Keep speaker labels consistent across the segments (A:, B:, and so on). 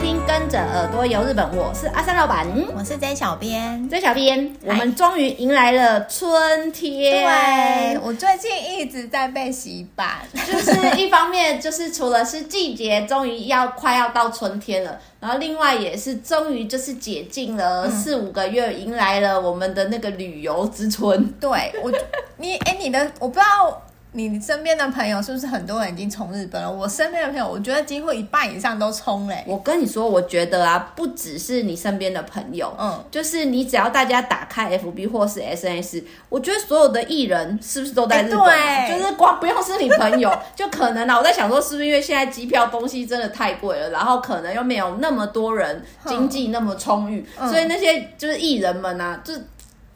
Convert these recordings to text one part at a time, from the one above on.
A: 听《跟着耳朵游日本》，我是阿三老板，
B: 我是 J 小编。
A: 这小编，我们终于迎来了春天。
B: 对，我最近一直在被洗版，
A: 就是一方面就是除了是季节，终于要快要到春天了，然后另外也是终于就是解禁了四五个月，迎来了我们的那个旅游之春。
B: 对我，你哎、你的我不知道。你身边的朋友是不是很多人已经冲日本了？我身边的朋友，我觉得几乎一半以上都冲嘞、
A: 我跟你说，我觉得啊，不只是你身边的朋友，
B: 嗯，
A: 就是你只要大家打开 FB 或是 SNS，我觉得所有的艺人是不是都在
B: 哎
A: 日本啊？
B: 对
A: 就是光不用是你朋友， 就可能啊，我在想说，是不是因为现在机票东西真的太贵了，然后可能又没有那么多人经济那么充裕，
B: 嗯
A: 所以那些就是艺人们啊，就是。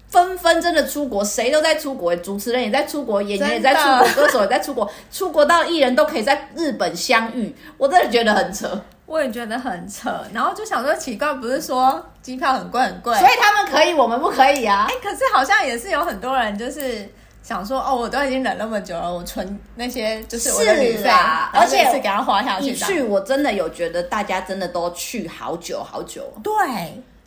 A: 纷纷真的出国，谁都在出国，主持人也在出国，演员也在出国，歌手也在出 国，出国到艺人都可以在日本相遇，我真的觉得很扯。
B: 我也觉得很扯。然后就想说，奇怪，不是说机票很贵很贵，
A: 所以他们可以，我们不可以啊
B: 哎、。可是好像也是有很多人就是想说，哦，我都已经忍那么久了，我存那些就是我的旅
A: 是
B: 费，
A: 啦
B: 然
A: 而
B: 后
A: 且
B: 这次给它花下
A: 你
B: 去的。
A: 去，我真的有觉得大家真的都去好久好久，
B: 对，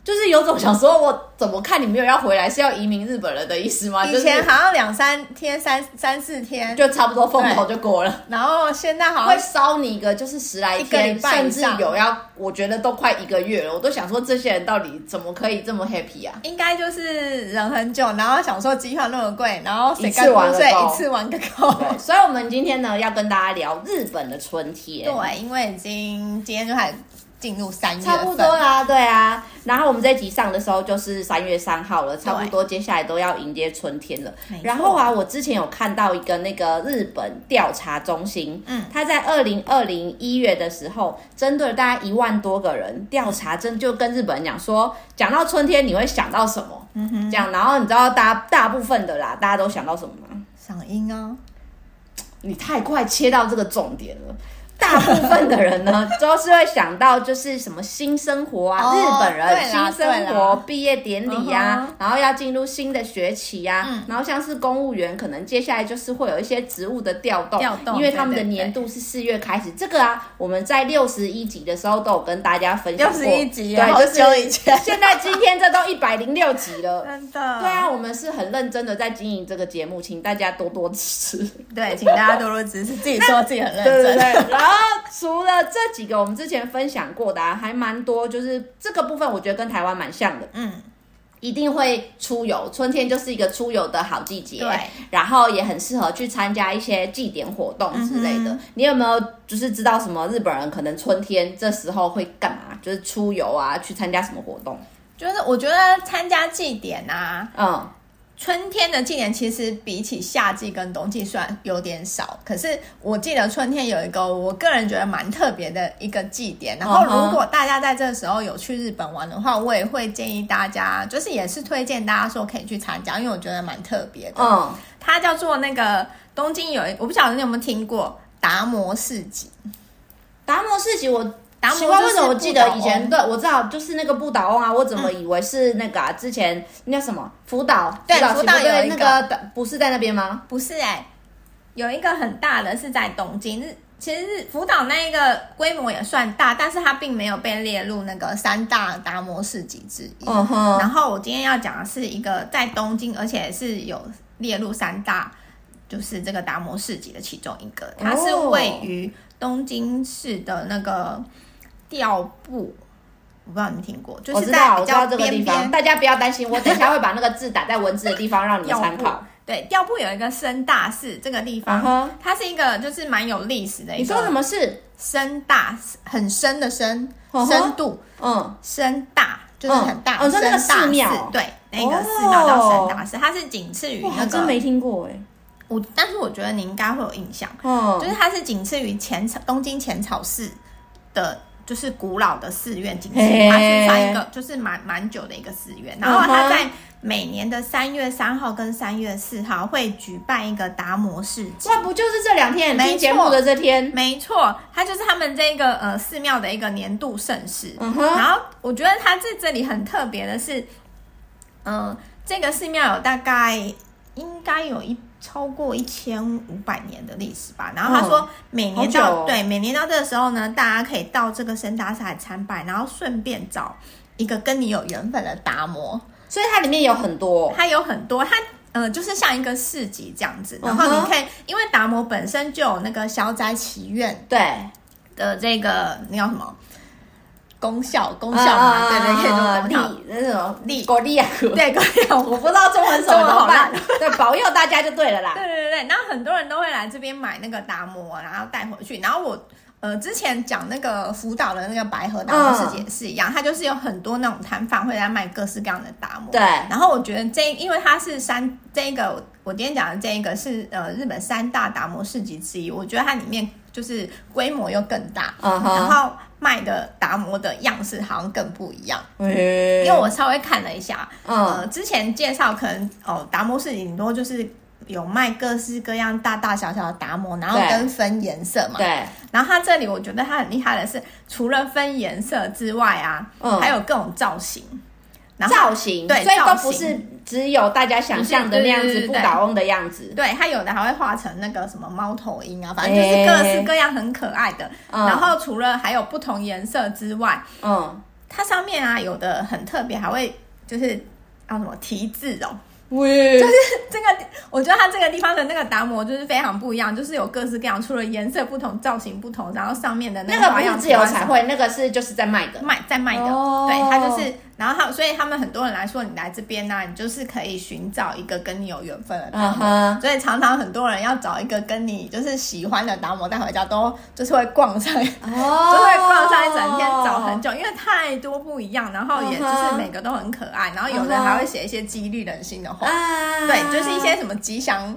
A: 就是有种想说，我怎么看你没有要回来，是要移民日本人的意思吗？
B: 以前好像两三天、三三四天，
A: 啊就是就差不多风头就过了。
B: 然后现在好
A: 会
B: 像
A: 烧你个就是十来
B: 一个
A: 天，
B: 礼拜
A: 甚
B: 以
A: 至
B: 上
A: 有要，我觉得都快一个月了，我都想说这些人到底怎么可以这么 happy 啊？
B: 应该就是忍很久，然后想说机票那么贵，然后
A: 一
B: 谁
A: 次
B: 干
A: 玩
B: 不
A: 个
B: 睡
A: 够
B: 一次玩个够。
A: 对，所以我们今天呢要跟大家聊日本的春天。
B: 对，因为已经今天就还进入三月份，
A: 差不多啦，对啊。然后我们这集上的时候就是三月三号了，差不多接下来都要迎接春天了
B: 没。错
A: 然后啊，我之前有看到一个那个日本调查中心，
B: 嗯，
A: 他在二零二零一月的时候，针对了大概一万多个人调查，真就跟日本人讲说，讲到春天你会想到什么？嗯哼，这样。然后你知道大大部分的啦，大家都想到什么吗？
B: 嗓音哦，
A: 你太快切到这个重点了。大部分的人 呢，都是会想到就是什么新生活啊，
B: 哦
A: 日本人
B: 对
A: 新
B: 啦
A: 生
B: 对
A: 活
B: 啦
A: 毕业典礼呀、
B: 嗯哼嗯
A: 然后要进入新的学期呀、然后像是公务员，可能接下来就是会有一些职务的调动，
B: 调动
A: 因为他们的
B: 对对对
A: 年度是四月开始。这个啊，我们在六十一集的时候都有跟大家分享过，
B: 61集啊好
A: 对，
B: 久
A: 就是
B: 以前 嗯
A: 现在今天这都一百零六集 了。
B: 真的，
A: 对啊，我们是很认真的在经营这个节目，请大家多多支持。
B: 对，请大家多多支持，自己说自己很认
A: 对
B: 真。
A: 对对。 然后除了这几个我们之前分享过的、啊，还蛮多，就是这个部分我觉得跟台湾蛮像的。
B: 嗯，
A: 一定会出游，春天就是一个出游的好季节，
B: 对，
A: 然后也很适合去参加一些祭典活动之类的。
B: 嗯哼
A: 你有没有就是知道什么日本人可能春天这时候会干嘛？就是出游啊，去参加什么活动？
B: 就是我觉得参加祭典啊，
A: 嗯，
B: 春天的祭典其实比起夏季跟冬季虽然有点少，可是我记得春天有一个我个人觉得蛮特别的一个祭典。然后
A: 嗯哼
B: 如果大家在这时候有去日本玩的话，我也会建议大家，就是也是推荐大家说可以去参加，因为我觉得蛮特别的。
A: 嗯，
B: 它叫做那个东京有一，我不晓得你有没有听过达摩市集。
A: 达摩市集我
B: 达
A: 奇
B: 摩
A: 怪，
B: 就
A: 为
B: 是
A: 什么我记得以
B: 不
A: 前
B: 懂
A: 对我知道就是那个不倒翁啊，我怎么以为是那个啊？之前那叫什么福岛？
B: 对
A: 福
B: 福岛
A: 奇怪
B: 有一
A: 那
B: 个
A: 个不是在那边吗？
B: 不是哎、有一个很大的是在东京，日其实日福岛那一个规模也算大，但是它并没有被列入那个三大达摩市集之一。
A: 嗯哼，
B: 然后我今天要讲的是一个在东京，而且是有列入三大，就是这个达摩市集的其中一个，它是
A: 哦
B: 位于东京市的那个调布，我不知道你们听过，就
A: 我
B: 是
A: 知
B: 在
A: 道，我
B: 比
A: 知道
B: 较
A: 这个地
B: 边
A: 方，
B: 边
A: 大家不要担心，我等一下会把那个字打在文字的地方让你们
B: 调
A: 参
B: 布
A: 考。。
B: 对，调布有一个深大寺这个地
A: 嗯
B: 方，
A: 哼，
B: 它是一个就是蛮有历史的一
A: 你
B: 个，
A: 说什么事？
B: 深大很深的深
A: 嗯哼
B: 深度
A: 嗯，
B: 深大就是很大，
A: 嗯哦你说那个
B: 深大
A: 寺庙
B: 寺对那个寺
A: 哦
B: 庙叫深大寺，它是仅次于
A: 我
B: 那
A: 还真
B: 个
A: 没听过哎。
B: 我，但是我觉得你应该会有印象，就
A: 嗯，
B: 是它是仅次于浅草东京浅草寺的。就是古老的寺院，仅次
A: 嘿
B: 于它是算一个，就是蛮蛮久的一个寺院。然
A: 嗯
B: 后
A: 哼
B: 它在每年的三月三号跟三月四号会举办一个达摩市集。
A: 哇，不就是这两天你听
B: 没错
A: 节目的这天？
B: 没错，它就是他们这个呃寺庙的一个年度盛事。
A: 嗯哼，
B: 然后我觉得它在这里很呃特别的是，嗯、这个寺庙有大概应该有一超过一千五百年的历史吧。然后他说
A: 哦，
B: 每年
A: 好久
B: 到、
A: 哦
B: 对每年到这个时候呢，大家可以到这个深大寺来参拜，然后顺便找一个跟你有缘分的达摩。
A: 所以它里面有很多
B: 它有很多，它呃就是像一个市集这样子，然
A: 嗯
B: 后
A: 哼
B: 你可以，因为达摩本身就有那个消灾祈愿
A: 对，
B: 的这个那叫什么功效，功效嘛，对对，可以
A: 啊
B: 做功效，
A: 力那种
B: 力
A: 国力啊，
B: 对功效。
A: 我不知道中文什么
B: 中文
A: 怎
B: 好
A: 么办
B: 烂，
A: 对，保佑大家就对了啦
B: 对。对对，对，那很多人都会来这边买那个达摩，然后带回去。然后我呃之前讲那个福岛的那个白河达摩世界也是一样，它就是有很多那种摊贩会来卖各式各样的达摩。
A: 对
B: 然后我觉得这，因为它是三这一个我我今天讲的这一个是呃日本三大达摩市集之一，我觉得它里面就是规模又更大，
A: 嗯哼
B: 然后卖的达摩的样式好像更不一样。
A: 因
B: 因为我稍微看了一下，
A: 嗯
B: 呃，之前介绍可能哦，达摩是顶多就是有卖各式各样大大小小的达摩，然后
A: 对
B: 跟分颜色嘛。
A: 对
B: 然后它这里我觉得它很厉害的是，除了分颜色之外啊，
A: 嗯
B: 还有各种造型。然后
A: 造型，
B: 对
A: 所以都
B: 造
A: 不
B: 型
A: 是只有大家想象的那样
B: 不是
A: 子，
B: 对对
A: 不
B: 对
A: 倒翁的样子。
B: 对，它有的还会画成那个什么猫头鹰啊，反正就是各式各样很可爱的。
A: 哎嗯
B: 然后除了还有不同颜色之外，
A: 嗯，
B: 它上面啊有的很特别，还会就是叫什么题字哦，
A: 喂，就是
B: 这个我觉得它这个地方的那个达摩就是非常不一样，就是有各式各样，除了颜色不同、造型不同，然后上面的
A: 那
B: 个
A: 个
B: 花
A: 不
B: 样
A: 是自由
B: 图案
A: 彩
B: 什么
A: 绘，那个是就是在卖的。
B: 卖在卖的，
A: 哦
B: 对，它就是，然后它所以他们很多人来说，你来这边呢、啊你就是可以寻找一个跟你有缘分的达
A: 嗯
B: 摩。
A: 哼，
B: 所以常常很多人要找一个跟你就是喜欢的达摩带回家，都就是会逛上， 就
A: 哦，
B: 会逛上一整天，找很久，因为太多不一样，然后也就
A: 嗯
B: 是
A: 哼
B: 每个都很可爱，然后有
A: 嗯
B: 的
A: 哼
B: 还会写一些激励人心的话，
A: 啊，
B: 对，就是一些什么吉祥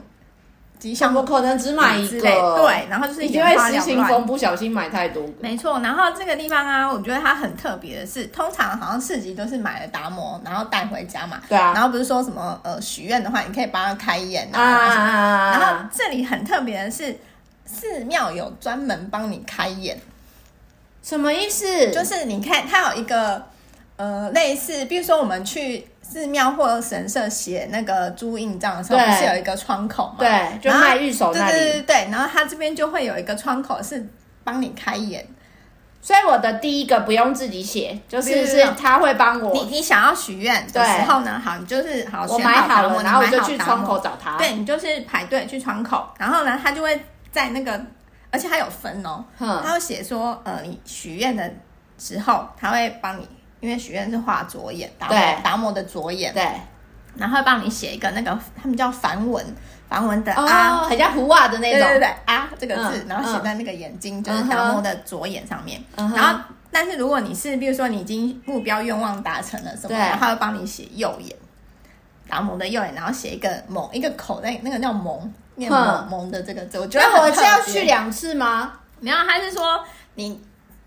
B: 吉
A: 怎
B: 祥
A: 么可能只买一
B: 之
A: 个？
B: 类，对，，然后就是
A: 一定
B: 眼
A: 会
B: 花
A: 失
B: 缭
A: 心
B: 乱
A: 疯，不小心买太多个。
B: 没错，然后这个地方啊，我觉得它很特别的是，通常好像市集都是买了达摩，然后带回家嘛。
A: 对啊
B: 然后不是说什么呃许愿的话，你可以帮他开眼
A: 啊
B: 啊。
A: 啊啊！
B: 然
A: 啊
B: 后这里很特别的是，寺庙有专门帮你开眼，
A: 什么意思？
B: 就是你看它有一个呃类似，比如说我们去寺庙或神社写那个朱印章的时候，
A: 对
B: 不是有一个窗口嘛？
A: 对，就
B: 然后
A: 卖玉手那
B: 对对
A: 里。
B: 对对，然后它这边就会有一个窗口是帮你开眼。
A: 所以我的第一个不用自己写，就
B: 不
A: 是
B: 用
A: 是他会帮
B: 你
A: 我，
B: 你想要许愿的时候呢，好，你就是好，
A: 我
B: 选
A: 买
B: 达
A: 好
B: 摩
A: 了，
B: 你
A: 然后我就
B: 买好
A: 去
B: 达
A: 窗
B: 摩
A: 口找他。
B: 对你就是排队去窗口，然后呢，他就会在那个，而且他有分哦，
A: 哼，
B: 他会写说，呃，你许愿的时候，他会帮你，因为许愿是画左眼，达摩
A: 对
B: 达摩的左眼，
A: 对，
B: 然后会帮你写一个那个，他们叫梵文，梵文的啊。
A: 哦，很像胡袜的那
B: 对对
A: 种，
B: 对啊这个字，
A: 嗯
B: 然后写
A: 嗯
B: 在那个眼睛，就是
A: 嗯哼
B: 达摩的左眼上面。
A: 嗯哼
B: 然后，但是如果你是，比如说你已经目标愿望达成了什么，
A: 对
B: 然后他会帮你写右眼，达摩的右眼，然后写一个蒙，一个口在那个叫蒙，念蒙
A: 哼
B: 蒙的这个字，我觉得
A: 那我
B: 很
A: 是要
B: 特别
A: 去。两次吗？
B: 没有，他是说你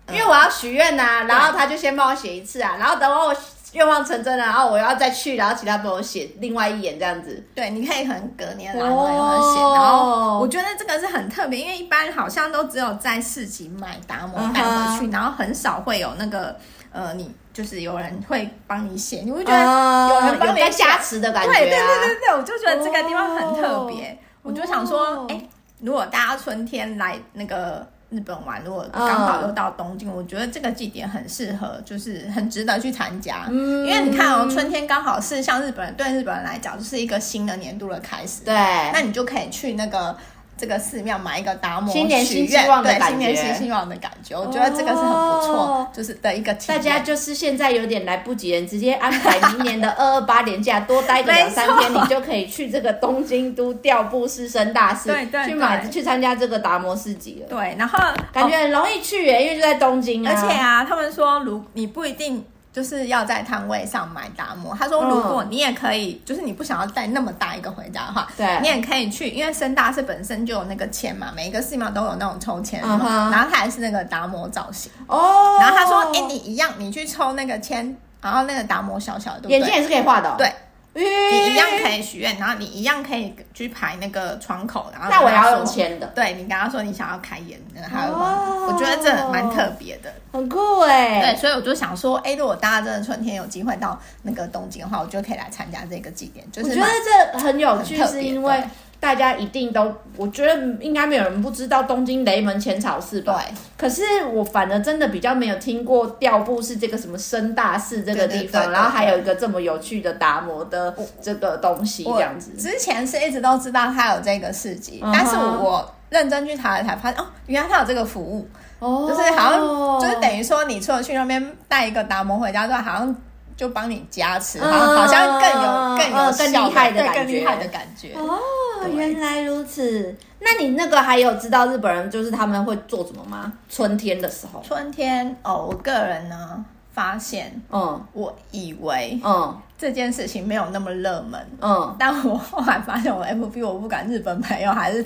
B: 嗯
A: 因为我要许愿呐，然后他就先帮我写一次啊，然后等我愿望成真了，然后我要再去，然后请他帮我写另外一眼这样子。
B: 对，你可以很隔年来回
A: 哦
B: 回写，然后我觉得这个是很特别，因为一般好像都只有在市集买达摩
A: 嗯哼
B: 带回去，然后很少会有那个呃，你就是有人会帮你写，你会觉得、有人帮
A: 啊哦有
B: 你
A: 在
B: 写
A: 加持的感
B: 对
A: 觉啊。
B: 对对对对，我就觉得这个地方很特别，
A: 哦
B: 我就想说
A: 哦，
B: 哎、如果大家春天来那个。日本玩，如果刚好又到东京，我觉得这个祭典很适合，就是很值得去参加。
A: 嗯
B: 因为你看哦，春天刚好是像日本人对日本人来讲，就是一个新的年度的开始。
A: 对
B: 那你就可以去那个这个寺庙买一个达摩
A: 新年
B: 许
A: 新希
B: 愿
A: 望的
B: 对
A: 感
B: 新年
A: 觉
B: 新希望的感觉，我觉得这个是很不错，
A: 哦
B: 就是的一个体
A: 大
B: 验
A: 家就是现在有点来不及了，你直接安排明年的二二八年假，多待个
B: 没
A: 两三天，
B: 错
A: 你就可以去这个东京都调布师生大师
B: 对对
A: 去买
B: 对
A: 去参加这个达摩市集了。
B: 对，然后
A: 感觉很容易去耶，因为就在东京啊。
B: 而且啊，他们说如你不一定就是要在摊位上买达摩，他说如果你也可以，就是你不想要带那么大一个回家的话，
A: 对
B: 你也可以去，因为深大寺本身就有那个签嘛，每一个寺庙都有那种抽签的
A: 嗯
B: 嘛，
A: 哼
B: 然后它还是那个达摩造型，
A: 哦，
B: 然后他说，哎、你一样，你去抽那个签，然后那个达摩小小的，对
A: 眼
B: 不
A: 睛也
B: 对？
A: 是可以画的、哦，
B: 对，
A: 你
B: 你一样可以许愿，然后你一样可以去排那个窗口，然后
A: 那我
B: 跟他
A: 要
B: 说
A: 用签的，
B: 对你跟他说你想要开眼，然后他会帮
A: 哦
B: 你。我觉得这蛮特别的。
A: 很酷哎、
B: 对，所以我就想说，哎、如果大家真的春天有机会到那个东京的话，我就可以来参加这个祭典。就
A: 我
B: 是
A: 觉得
B: 蛮
A: 这很有趣，
B: 很特别
A: 是因为
B: 对。
A: 大家一定都，我觉得应该没有人不知道东京雷门浅草寺
B: 对
A: 吧？可是我反而真的比较没有听过调布是这个什么深大寺这个地
B: 对对
A: 方，
B: 对对
A: 然后还有一个这么有趣的达摩的这个东西这
B: 我
A: 样子。
B: 之前是一直都知道它有这个市集，
A: 嗯哼
B: 但是我认真去查了才发现，哦，原来它有这个服务，
A: 哦
B: 就是好像就是等于说你除了去那边带一个达摩回家之后，好像就帮你加持，好像
A: 嗯
B: 好像更
A: 嗯
B: 有更有
A: 嗯更
B: 效
A: 厉害的
B: 对
A: 感
B: 更厉
A: 觉
B: 害的感觉。
A: 哦，
B: 对
A: 原来如此。那你那个还有知道日本人就是他们会做什么吗？春天的时候，
B: 春天哦，我个人呢发现，
A: 嗯
B: 我以为
A: 嗯
B: 这件事情没有那么热门，
A: 嗯
B: 但我后来发现，我 FB 我不管日本朋友还是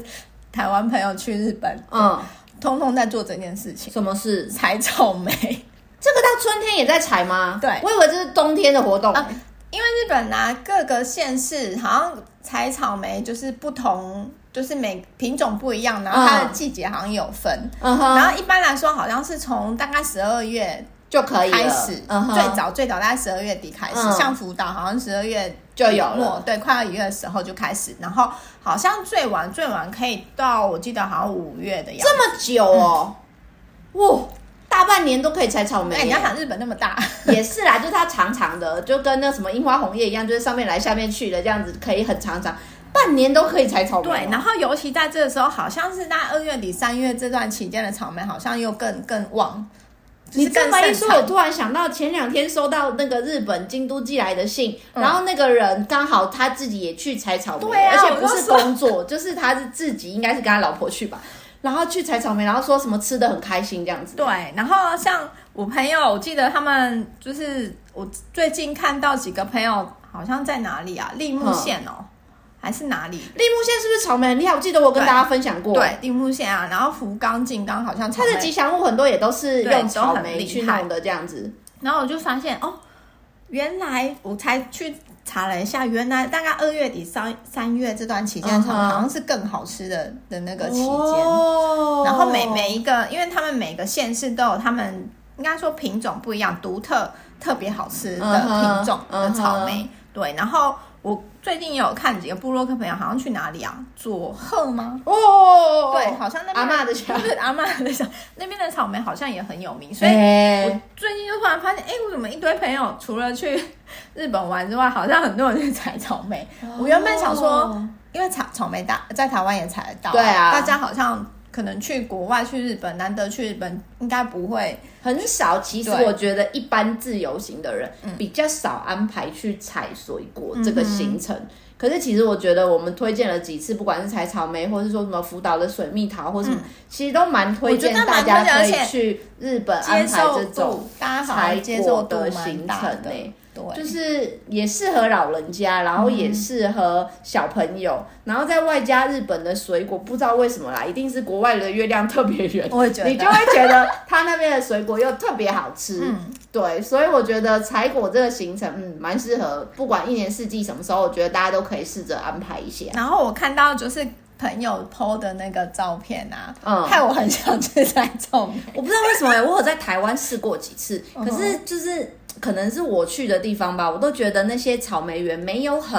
B: 台湾朋友去日本，
A: 嗯，
B: 通通在做这件事情，
A: 什么事？
B: 采草莓。
A: 这个到春天也在采吗？
B: 对
A: 我以为这是冬天的活动。
B: 啊因为日本啊，各个县市好像采草莓就是不同，就是每品种不一样，然后它的
A: 嗯
B: 季节好像有分。
A: 嗯
B: 然
A: 哼，
B: 后一般来说，好像是从大概十二月
A: 就可以了
B: 开始，
A: 嗯哼，
B: 最早最早大概十二月底开始，
A: 嗯
B: 像福岛好像十二月
A: 就有了
B: 末，对，快要一月的时候就开始，然后好像最晚最晚可以到我记得好像五月的样子。
A: 这么久哦，哇，大半年都可以采草莓
B: 嗯哎、
A: 耶。
B: 你要想日本那么大，
A: 也是啦，就是它长长的，就跟那什么樱花红叶一样，就是上面来下面去的这样子，可以很长长，半年都可以采草莓哦。
B: 对， 然后尤其在这个时候，好像是在二月底三月这段期间的草莓好像又更更旺，就
A: 你
B: 是更
A: 这么一
B: 盛
A: 说，
B: 产
A: 我突然想到前两天收到那个日本京都寄来的信，然后那个人刚好他自己也去采草莓，
B: 嗯对啊
A: 而且
B: 我
A: 不
B: 就是说
A: 工作，就是他是自己应该是跟他老婆去 吧，然后去采草莓，然后说什么吃的很开心这样子。
B: 对，然后像我朋友，我记得他们就是我最近看到几个朋友，好像在哪里啊？立木县哦，还是哪里？
A: 立木县是不是草莓很厉害？我记得我跟
B: 对
A: 大家分享过，，
B: 对，立木县啊，然后福冈、静冈好像
A: 它的
B: 草莓
A: 吉祥物很多也都是用
B: 对都
A: 草
B: 很
A: 莓
B: 厉
A: 去
B: 害
A: 弄的这样子。
B: 然后我就发现哦，原来我才去查了一下，原来大概二月底三三月这段期间，
A: 嗯
B: 草
A: 哼
B: 莓好像是更好吃的的那个期间。
A: 哦
B: 然后每每一个，因为他们每个县市都有他们应该说品种不一样，独特特别好吃的
A: 嗯哼
B: 品种的草莓。
A: 嗯
B: 对，然后我最近也有看几个部落客朋友，好像去哪里啊？佐贺吗？
A: 哦，
B: 对，好像那
A: 阿
B: 边
A: 嬷的家，
B: 对阿妈的小那边的草莓好像也很有名，所以。我
A: 哎，
B: 最近就突然发现，哎、我怎么一堆朋友除了去日本玩之外，好像很多人去采草莓。
A: 哦
B: 我原本想说，因为草草莓大在台湾也采得到、
A: 对啊
B: 大家好像可能去国外去日本，难得去日本，应该不会。
A: 很少，其实
B: 对嗯
A: 我觉得一般自由行的人比较少安排去采水果这个行程。可是其实我觉得我们推荐了几次，不管是采草莓，或是说什么福岛的水蜜桃，或什么，其实都蛮推荐
B: 嗯我觉得
A: 大
B: 蛮
A: 家可
B: 推荐
A: 以
B: 而且
A: 去日本安
B: 接
A: 排
B: 受
A: 这种
B: 度，大家好像接受度
A: 的
B: 蛮
A: 行
B: 大
A: 程
B: 的。
A: 呢。就
B: 对，
A: 是也适合老人家，然后也适合小朋友，然后再外加日本的水果，不知道为什么啦，一定是国外的月亮特别圆，
B: 我也觉得
A: 你就会觉得他那边的水果又特别好吃。
B: 嗯
A: 对，所以我觉得采果这个行程，嗯，蛮适合，不管一年四季什么时候，我觉得大家都可以试着安排一下。
B: 然后我看到就是朋友 PO 的那个照片啊，
A: 嗯
B: 害我很想去采草莓。
A: 我不知道为什么、欸，我有在台湾试过几次，
B: 嗯
A: 可是就是可能是我去的地方吧，我都觉得那些草莓园没有很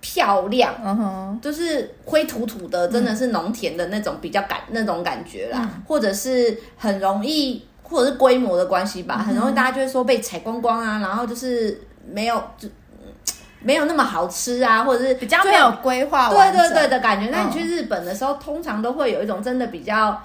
A: 漂亮。
B: 嗯哼，
A: 就是灰土土的，真的是农田的那种比较感、那种感觉啦，
B: 嗯
A: 或者是很容易，或者是规模的关系
B: 嗯
A: 吧，很容易大家就会说被采光光啊，然后就是没有就嗯没有那么好吃啊，或者是
B: 比较
A: 最
B: 没有规划
A: 对
B: 完整，
A: 对对的感觉。那
B: 嗯
A: 你去日本的时候，通常都会有一种真的比较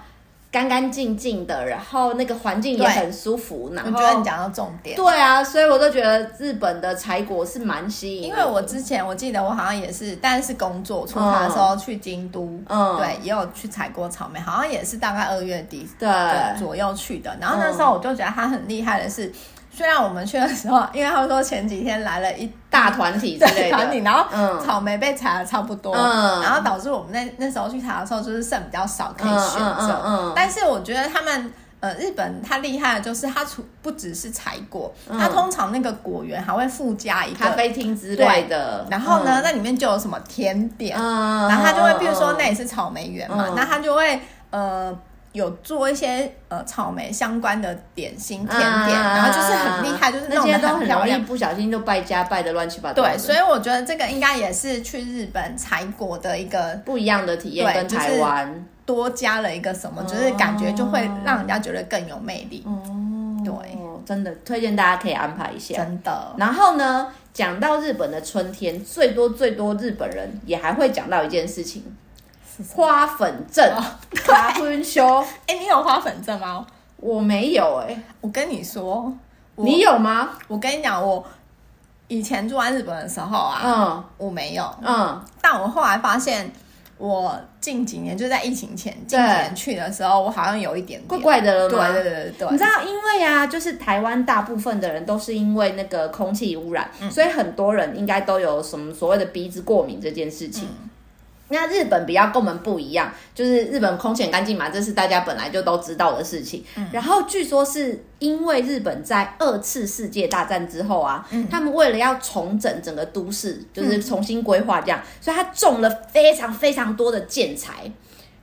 A: 干干净净的，然后那个环境也
B: 对
A: 很舒服，然
B: 我
A: 后
B: 觉得你讲到重点。
A: 对啊，所以我都觉得日本的柴果是蛮吸引
B: 因
A: 的，
B: 为我之前我记得我好像也是，但是工作出发的时候去京都，
A: 嗯
B: 对，也有去采过草莓，好像也是大概二月底
A: 对
B: 对嗯左右去的。然后那时候我就觉得他很厉害的是，虽然我们去的时候，因为他们说前几天来了一
A: 大团体之类
B: 对
A: 的
B: 团体，然后
A: 嗯
B: 草莓被采的差不多，
A: 嗯
B: 然后导致我们那那时候去采的时候就是剩比较少可以选择，
A: 嗯嗯嗯嗯
B: 但是我觉得他们。呃，日本它厉害的就是它除不只是采果，它通常那个果园还会附加一个
A: 嗯咖啡厅之类的。
B: 然后
A: 嗯，
B: 呢，那里面就有什么甜点，
A: 嗯
B: 然后他就会，比如
A: 嗯
B: 说那也是草莓园嘛，
A: 嗯
B: 那他就会呃有做一些呃草莓相关的点心甜
A: 啊
B: 点，然后就是很厉害，就是
A: 那
B: 弄
A: 些
B: 得
A: 都
B: 很
A: 很
B: 漂
A: 容易
B: 亮。
A: 不小心就败家败的乱七八糟的。
B: 对，所以我觉得这个应该也是去日本采果的一个
A: 不一样的体验
B: 对
A: 跟
B: 就是
A: 台湾。
B: 多加了一个什
A: 哦
B: 么，就是感觉就会让人家觉得更有魅力。对，
A: 哦，真的推荐大家可以安排一下。
B: 真的，
A: 然后呢，讲到日本的春天，最多最多日本人也还会讲到一件事情
B: 是什，哦
A: 花粉症。花粉修，
B: 哎、你有花粉症吗？
A: 我没有哎、
B: 我跟你说，我
A: 你有吗？
B: 我跟你讲，我以前住在日本的时候啊，
A: 嗯
B: 我没有，
A: 嗯，
B: 但我后来发现，我近几年就在疫情前，近
A: 对
B: 几年去的时候，我好像有一点点
A: 怪怪的
B: 对
A: 了吗？
B: 对对对
A: 你
B: 对
A: 知道，因为啊，就是台湾大部分的人都是因为那个空气污染，
B: 嗯
A: 所以很多人应该都有什么所谓的鼻子过敏这件事情。
B: 嗯
A: 那日本比较跟我们不一样，就是日本空气很干净嘛，这是大家本来就都知道的事情。
B: 嗯
A: 然后据说是因为日本在二次世界大战之后啊，
B: 嗯
A: 他们为了要重整整个都市，就是重新规划这样，所以他种了非常非常多的建材，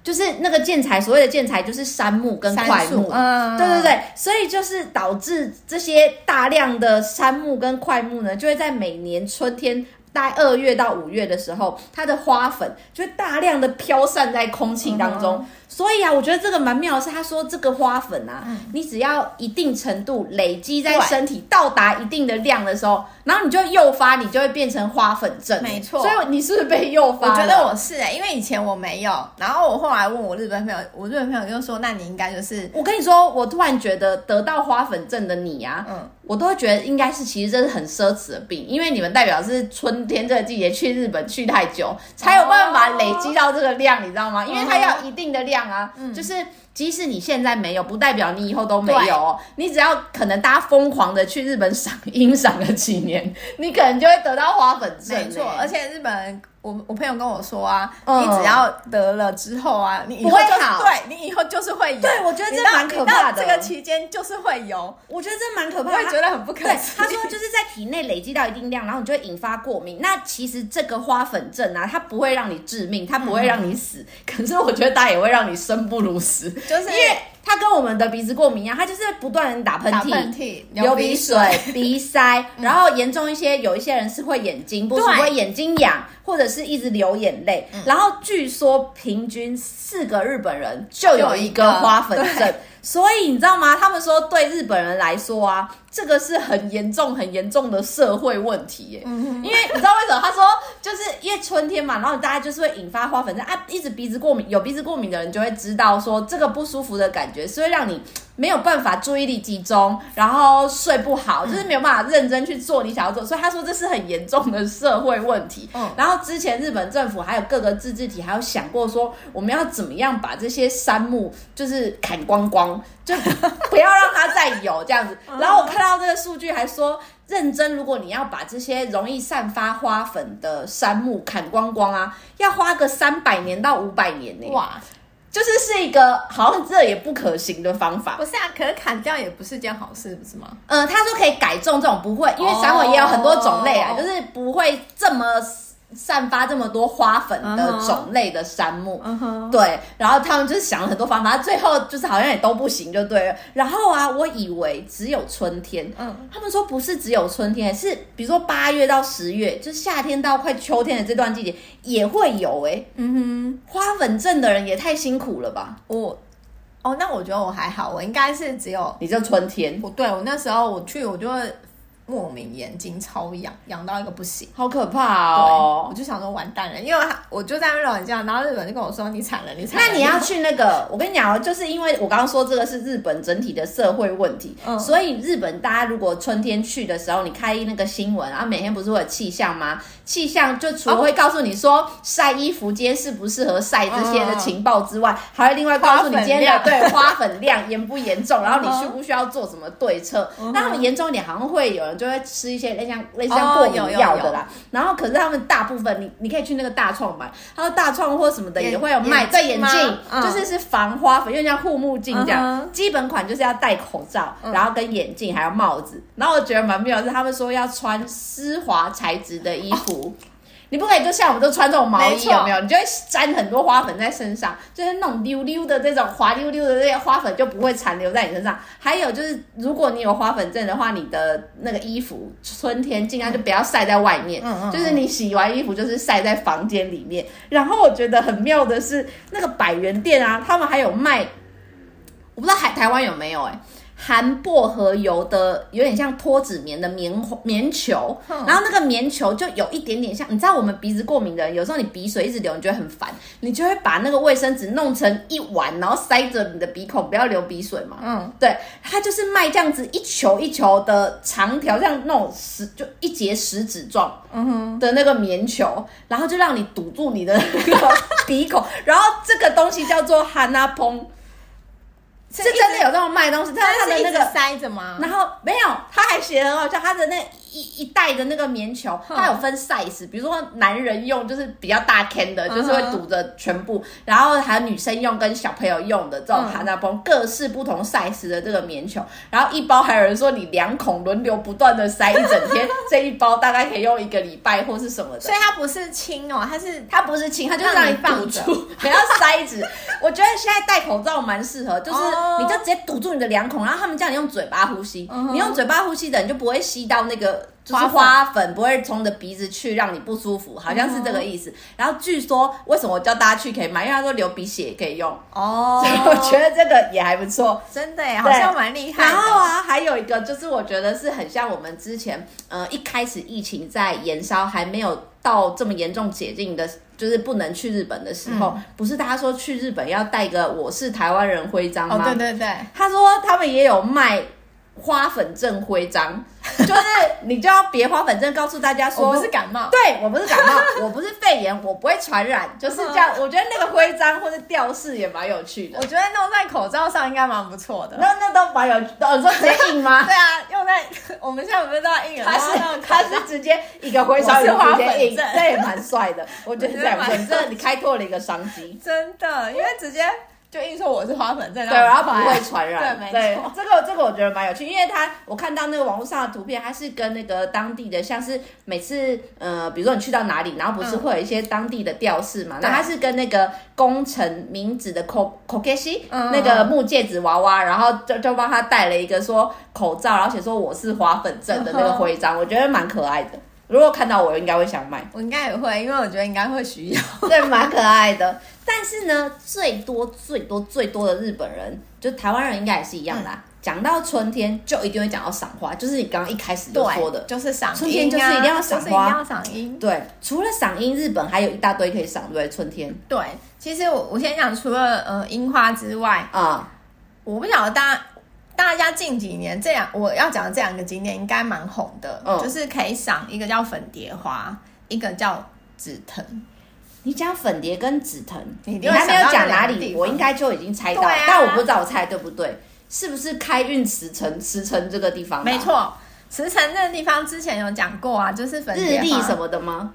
A: 就是那个建材，所谓的建材就是杉木跟
B: 杉
A: 桧
B: 树
A: 木，
B: 嗯，
A: 对对对，所以就是导致这些大量的杉木跟桧木呢，就会在每年春天。大概二月到五月的时候，它的花粉就会大量的飘散在空气当中。所以啊，我觉得这个蛮妙的是，他说这个花粉啊，你只要一定程度累积在
B: 对
A: 身体到达一定的量的时候，然后你就诱发，你就会变成花粉症。
B: 没错
A: 所以你是不是被诱发
B: 我
A: 了？
B: 觉得我是哎、因为以前我没有，然后我后来问我日本朋友，我日本朋友就说，那你应该就是，
A: 我跟你说，我突然觉得得到花粉症的你啊，
B: 嗯
A: 我都会觉得应该是其实这是很奢侈的病，因为你们代表是春天这个季节去日本去太久，才有办法累积到这个量，你知道吗？因为它要一定的量啊，就是。即使你现在没有，不代表你以后都没有哦。你只要可能大家疯狂的去日本赏樱赏了几年，你可能就会得到花粉症、欸
B: 没错，而
A: 且
B: 且日本人。我我朋友跟我说啊，
A: 嗯
B: 你只要得了之后啊，你以
A: 不
B: 后
A: 会
B: 就是
A: 好
B: 对你以后就是会有。
A: 对我觉得
B: 你
A: 这
B: 到
A: 蛮
B: 你
A: 可
B: 到
A: 怕的
B: 这个期间就是会有，
A: 我觉得这蛮可
B: 我
A: 怕的。
B: 也觉得很不可
A: 对，
B: 思
A: 他
B: 议
A: 说就是在体内累积到一定量，然后你就会引发过敏。那其实这个花粉症啊，它不会让你致命，它不会让你死，可是我觉得它也会让你生不如死，
B: 就是
A: 因为它跟我们的鼻子过敏一样，它就是不断的打喷
B: 打
A: 嚏。
B: 喷嚏、
A: 流鼻水、嗯鼻 塞，然后严重一些，有一些人是会眼睛不舒服，
B: 对
A: 会眼睛痒，或者是一直流眼泪。然后据说平均四个日本人就有一
B: 就
A: 个
B: 有一个
A: 花粉症，所以你知道吗？他们说对日本人来说啊，这个是很严重、很严重的社会问题耶。因为你知道为什么？他说就是因为春天嘛，然后大家就是会引发花粉症啊，一直鼻子过敏，有鼻子过敏的人就会知道说这个不舒服的感觉是会让你没有办法注意力集中，然后睡不好，就是没有办法认真去做你想要做。所以他说这是很严重的社会问题。
B: 嗯
A: 然后之前日本政府还有各个自治体还有想过说我们要怎么样把这些杉木就是砍光光，就不要让它再有这样子。然后我看到这个数据还说。认真，如果你要把这些容易散发花粉的杉木砍光光啊，要花个三百年到五百年呢、
B: 哇，
A: 就是是一个好像这也不可行的方法。
B: 不是啊，可是砍掉也不是件好事，不是吗？
A: 呃，他说可以改种这种不会，因为
B: 哦
A: 散粉也有很多种类啊，
B: 哦
A: 就是不会这么散发这么多花粉的
B: 嗯哼
A: 种类的杉木。
B: 嗯哼，
A: 对，然后他们就是想了很多方法，最后就是好像也都不行，就对了。然后啊，我以为只有春天，
B: 嗯，
A: 他们说不是只有春天，是比如说八月到十月，就是夏天到快秋天的这段季节也会有、欸。
B: 嗯
A: 花粉症的人也太辛苦了吧？
B: 哼，我，哦，那我觉得我还好，我应该是只有
A: 你这春天
B: 我对我那时候我去，我就会莫名眼睛超痒，痒到一个不行。
A: 好可怕
B: 对
A: 哦
B: 我！就想说完蛋了，因为我就在那边老人家，然后日本就跟我说你惨了，你惨了。
A: 那你要去那个，我跟你讲哦，就是因为我刚刚说这个是日本整体的社会问题，
B: 嗯
A: 所以日本大家如果春天去的时候，你看那个新闻啊，每天不是会有气象吗？气象就
B: 哦
A: 除了会告诉你说晒衣服今天适不适合晒这些的情报之外，还会另外告诉你
B: 嗯花
A: 今
B: 粉
A: 天的
B: 量
A: 对 花粉量严不严重，然后你
B: 嗯哼
A: 需不需要做什么对策。
B: 嗯哼
A: 那他们严重一点，好像会有人就会吃一些类像类似像
B: 哦
A: 过敏
B: 有有
A: 药
B: 有
A: 的啦。然后可是他们大部分，你你可以去那个大创买，他说大创或什么的也
B: 眼
A: 会有卖
B: 眼
A: 对
B: 镜
A: 眼
B: 吗
A: 镜，
B: 嗯
A: 就是是防花粉，有点像护目镜这样。
B: 嗯哼
A: 基本款就是要戴口罩，
B: 嗯
A: 然后跟眼镜还有帽子。然后我觉得蛮妙的是，他们说要穿丝滑材质的衣服。你不可以就像我们都穿这种毛
B: 没
A: 衣，
B: 错
A: 有没有？你就会沾很多花粉在身上，就是那种溜溜的这种滑溜溜的这些花粉就不会残留在你身上。还有就是，如果你有花粉症的话，你的那个衣服春天尽量就不要晒在外面，
B: 嗯嗯
A: 就是你洗完衣服就是晒在房间里面。然后我觉得很妙的是，那个百元店啊，他们还有卖，我不知道海台湾有没有哎、含薄荷油的，有点像脱脂棉的棉花棉球，
B: 嗯
A: 然后那个棉球就有一点点像，你知道我们鼻子过敏的人，有时候你鼻水一直流，你觉得很烦，你就会把那个卫生纸弄成一碗，然后塞着你的鼻孔，不要流鼻水嘛。
B: 嗯，
A: 对，它就是卖这样子一球一球的长条，像那种食就一节食指状
B: 嗯
A: 的那个棉球，然后就让你堵住你的那个鼻孔，然后这个东西叫做哈娜蓬，是真的有这种卖东西，但
B: 但
A: 是它
B: 是
A: 的
B: 一
A: 那
B: 直
A: 个
B: 塞着吗？
A: 然后没有，他还写得很好笑，他的那一一袋的那个棉球，
B: 哼
A: 它有分 size，比如说男人用就是比较大 can 的，
B: 嗯哼
A: 就是会堵着全部，然后还有女生用跟小朋友用的这种
B: 嗯
A: 哈娜绷，各式不同 size 的这个棉球，然后一包还有人说你两孔轮流不断的塞一整 天，这一包大概可以用一个礼拜或是什么的
B: 所。以它不是轻哦，它是
A: 它不是轻，它就是
B: 让
A: 让
B: 你
A: 你堵
B: 放着
A: 住， 不要塞子。我觉得现在戴口罩蛮适合，就是
B: 哦
A: 你就直接堵住你的两孔，然后他们叫你用嘴巴呼吸。
B: 嗯哼
A: 你用嘴巴呼吸的，你就不会吸到那个就是
B: 花粉
A: 花粉，不会从你的鼻子去让你不舒服，好像是这个意
B: 嗯
A: 思。然后据说为什么我叫大家去可以买，因为他说流鼻血也可以用，
B: 哦
A: 所以我觉得这个也还不错。
B: 真的耶，好像蛮厉害
A: 然
B: 的。
A: 后啊，还有一个就是我觉得是很像我们之前呃一开始疫情在延烧还没有到这么严重解禁的，就是不能去日本的时候，不是大家说去日本要带个我是台湾人徽章吗？
B: 哦，对对对，
A: 他说他们也有卖。花粉症徽 章，就是你就要别花粉症，告诉大家
B: 我
A: 说
B: 不是感冒，
A: 对我不是感冒，我 不是肺炎，我不会传染，就是这样。我觉得那个徽章或者吊饰也蛮有趣的
B: 我，觉得弄在口罩上应该蛮不错的。
A: 那那都蛮有，哦，你说直接印吗？
B: 对啊，用在我们现在不是都要印了，
A: 他
B: 然后那
A: 是
B: 种
A: 他是直接一个徽章，
B: 我是
A: 一个直接印，
B: 花粉症
A: 这也蛮帅的。我觉得这也不错，
B: 我觉得
A: 你
B: 蛮
A: 这你开拓了一个商机。
B: 真的，因为直接就印说我是花粉症，
A: 对，然后不
B: 很快
A: 会传染。
B: 对，没
A: 对
B: 错，，
A: 这个这个我觉得蛮有趣，因为他我看到那个网络上的图片，他是跟那个当地的，像是每次呃，比如说你去到哪里，然后不是
B: 嗯
A: 会有一些当地的吊饰嘛？那、
B: 对
A: 他是跟那个宫城明子的 Ko Kokeshi、
B: 嗯
A: 那个木戒指娃娃，然后就就帮他戴了一个说口罩，然后写说我是花粉症的那个
B: 嗯哼
A: 徽章，我觉得蛮可爱的。如果看到我，应该会想买。
B: 我应该也会，因为我觉得应该会需要。
A: 对，蛮可爱的。但是呢，最多最多最多的日本人，就台湾人应该也是一样的、
B: 嗯
A: 啊。讲、到春天，就一定会讲到赏花，就是你刚刚一开始就说的。
B: 就是赏樱、啊，
A: 春天就是一定要赏花
B: 就是一定要赏樱。
A: 对，除了赏樱，日本还有一大堆可以赏，对不对，春天
B: 对，其实我我先讲，除了呃樱花之外，
A: 啊、
B: 我不晓得大家大家近几年这两我要讲的这两个景点应该蛮红的，
A: 嗯
B: 就是可以赏一个叫粉蝶花，一个叫紫藤。
A: 你讲粉蝶跟紫藤，
B: 你一定会
A: 还没有
B: 想到
A: 讲
B: 这
A: 哪
B: 两个
A: 里，
B: 地
A: 我
B: 方
A: 应该就已经猜到了，
B: 对啊
A: 但我不知道我猜得对不对，是不是开运池城池城这个地方、啊
B: 没，错，慈城那个地方之前有讲过啊，就是粉
A: 日
B: 蝶
A: 历
B: 花。
A: 什么的吗？